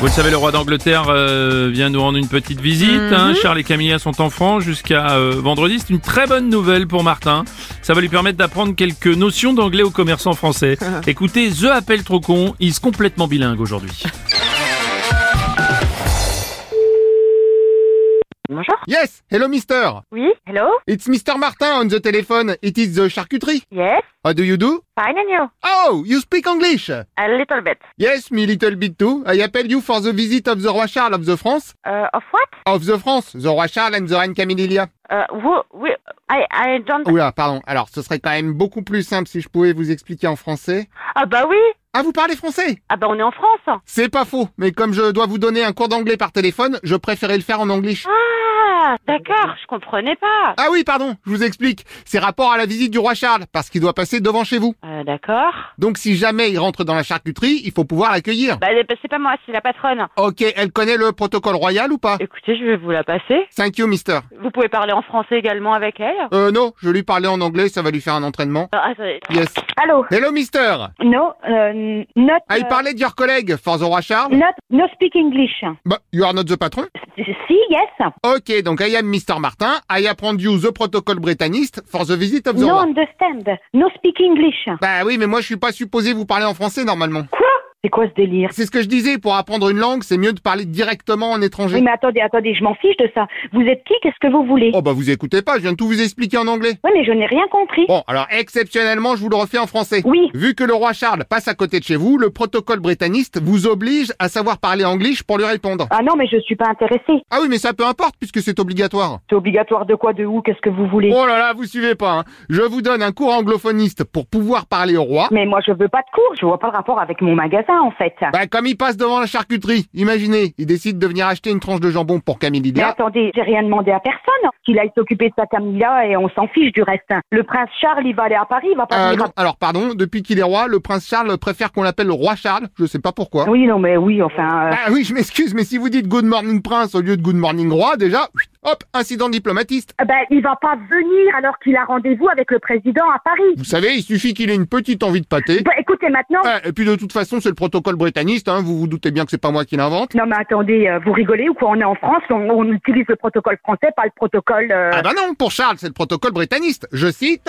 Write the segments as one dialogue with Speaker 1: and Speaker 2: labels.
Speaker 1: Vous le savez, le roi d'Angleterre euh, vient nous rendre une petite visite. hein. Charles et Camilla sont en France jusqu'à euh, vendredi. C'est une très bonne nouvelle pour Martin. Ça va lui permettre d'apprendre quelques notions d'anglais aux commerçants français. Écoutez, The Appel Trop Con, il est complètement bilingue aujourd'hui.
Speaker 2: Bonjour.
Speaker 3: Yes, hello mister.
Speaker 2: Oui, hello.
Speaker 3: It's Mr. Martin on the telephone. It is the charcuterie.
Speaker 2: Yes,
Speaker 3: What do you do?
Speaker 2: fine and you?
Speaker 3: Oh, you speak English.
Speaker 2: A little bit.
Speaker 3: Yes, me little bit too. I appel you for the visit of the Roi Charles of the France.
Speaker 2: Uh, of what?
Speaker 3: Of the France, the Roi Charles and the Reine Camilla.
Speaker 2: Uh, who, we, I, I don't...
Speaker 3: Oula, pardon. Alors, ce serait quand même beaucoup plus simple si je pouvais vous expliquer en français.
Speaker 2: Ah bah oui.
Speaker 3: Ah, vous parlez français?
Speaker 2: Ah bah on est en France.
Speaker 3: C'est pas faux, mais comme je dois vous donner un cours d'anglais par téléphone, je préférais le faire en anglais.
Speaker 2: Ah, d'accord, je comprenais pas.
Speaker 3: Ah oui, pardon, je vous explique. C'est rapport à la visite du roi Charles, parce qu'il doit passer devant chez vous.
Speaker 2: Euh, d'accord.
Speaker 3: Donc si jamais il rentre dans la charcuterie, il faut pouvoir l'accueillir.
Speaker 2: Bah c'est pas moi, c'est la patronne.
Speaker 3: Ok, elle connaît le protocole royal ou pas
Speaker 2: Écoutez, je vais vous la passer.
Speaker 3: Thank you, mister.
Speaker 2: Vous pouvez parler en français également avec elle.
Speaker 3: Euh, non, je lui parlais en anglais, ça va lui faire un entraînement.
Speaker 2: Ah, attendez.
Speaker 3: Yes.
Speaker 4: Hello.
Speaker 3: Hello, mister.
Speaker 4: No, uh, not.
Speaker 3: Ah, il
Speaker 4: uh,
Speaker 3: parlait de your collègue, for the roi Charles.
Speaker 4: Not. No speak English.
Speaker 3: Bah, you are not the patron.
Speaker 4: See, yes.
Speaker 3: Ok, donc I am Mr. Martin. I apprend you the protocol britanniste for the visit of the
Speaker 4: No
Speaker 3: roi.
Speaker 4: understand. No speak English.
Speaker 3: Bah oui, mais moi je suis pas supposé vous parler en français normalement.
Speaker 4: Quoi C'est quoi ce délire
Speaker 3: C'est ce que je disais, pour apprendre une langue, c'est mieux de parler directement en étranger.
Speaker 4: Oui, mais attendez, attendez, je m'en fiche de ça. Vous êtes qui Qu'est-ce que vous voulez
Speaker 3: Oh bah vous écoutez pas, je viens de tout vous expliquer en anglais.
Speaker 4: Ouais, mais je n'ai rien compris.
Speaker 3: Bon, alors exceptionnellement, je vous le refais en français.
Speaker 4: Oui.
Speaker 3: Vu que le roi Charles passe à côté de chez vous, le protocole britanniste vous oblige à savoir parler anglais pour lui répondre.
Speaker 4: Ah non, mais je suis pas intéressée.
Speaker 3: Ah oui, mais ça peu importe puisque c'est obligatoire.
Speaker 4: C'est obligatoire de quoi, de où Qu'est-ce que vous voulez
Speaker 3: Oh là là, vous suivez pas. Hein. Je vous donne un cours anglophoniste pour pouvoir parler au roi.
Speaker 4: Mais moi, je veux pas de cours. Je vois pas le rapport avec mon magasin, en fait.
Speaker 3: Bah comme il passe devant la charcuterie, imaginez, il décide de venir acheter une tranche de jambon pour Camille
Speaker 4: Mais
Speaker 3: Lydia.
Speaker 4: attendez, j'ai rien demandé à personne. Qu'il aille s'occuper de sa Camilla et on s'en fiche du reste. Le prince Charles, il va aller à Paris, il va pas
Speaker 3: Euh,
Speaker 4: venir à-
Speaker 3: non, alors pardon, depuis qu'il est roi, le prince Charles préfère qu'on l'appelle le roi Charles, je sais pas pourquoi.
Speaker 4: Oui, non, mais oui, enfin. euh,
Speaker 3: Ah oui, je m'excuse, mais si vous dites Good Morning Prince au lieu de Good Morning Roi, déjà, hop, incident diplomatiste.
Speaker 4: Eh Ben, il va pas venir alors qu'il a rendez-vous avec le président à Paris.
Speaker 3: Vous savez, il suffit qu'il ait une petite envie de pâté.
Speaker 4: Bah, écoutez maintenant.
Speaker 3: Ah, et puis de toute façon, c'est le protocole britanniste, hein, vous vous doutez bien que c'est pas moi qui l'invente.
Speaker 4: Non mais attendez, euh, vous rigolez ou quoi On est en France, on, on utilise le protocole français, pas le protocole. euh,
Speaker 3: Ah bah non, pour Charles, c'est le protocole britanniste. Je cite...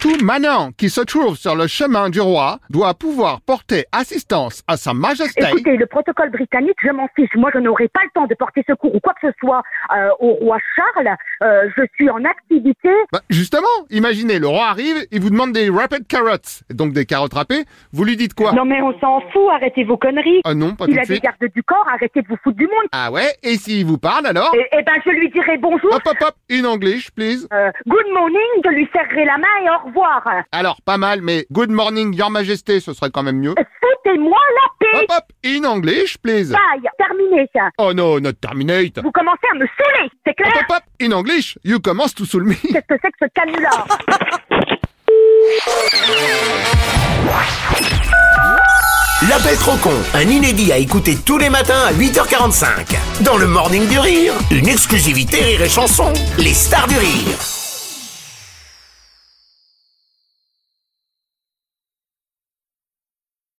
Speaker 3: Tout manant qui se trouve sur le chemin du roi doit pouvoir porter assistance à sa majesté.
Speaker 4: Écoutez, le protocole britannique, je m'en fiche. Moi, je n'aurai pas le temps de porter secours ou quoi que ce soit euh, au roi Charles. Euh, je suis en activité.
Speaker 3: Bah, justement, imaginez, le roi arrive, il vous demande des rapid carrots, donc des carottes râpées, vous lui dites quoi
Speaker 4: Non mais on s'en fout, arrêtez vos conneries.
Speaker 3: Ah non, pas tout
Speaker 4: Il
Speaker 3: de
Speaker 4: a des
Speaker 3: suite.
Speaker 4: gardes du corps, arrêtez de vous foutre du monde.
Speaker 3: Ah ouais, et s'il vous parle alors
Speaker 4: Eh eh ben, je lui dirai bonjour,
Speaker 3: Hop, hop, hop, in English, please.
Speaker 4: euh, good morning, je lui serrerai la main et au revoir.
Speaker 3: Alors, pas mal, mais good morning, your majesté, ce serait quand même mieux.
Speaker 4: Foutez-moi la paix.
Speaker 3: Hop, hop, in English, please.
Speaker 4: Bye, terminé ça.
Speaker 3: Oh no, not terminate. Hop,
Speaker 4: Bah. Vous commencez à me saouler, c'est clair
Speaker 3: hop, hop, in English, you commence to soul me.
Speaker 4: Qu'est-ce que c'est que ce canular
Speaker 5: L'appel trop con, un inédit à écouter tous les matins à 8h45. Dans le Morning du Rire, une exclusivité Rire et Chanson, les stars du rire.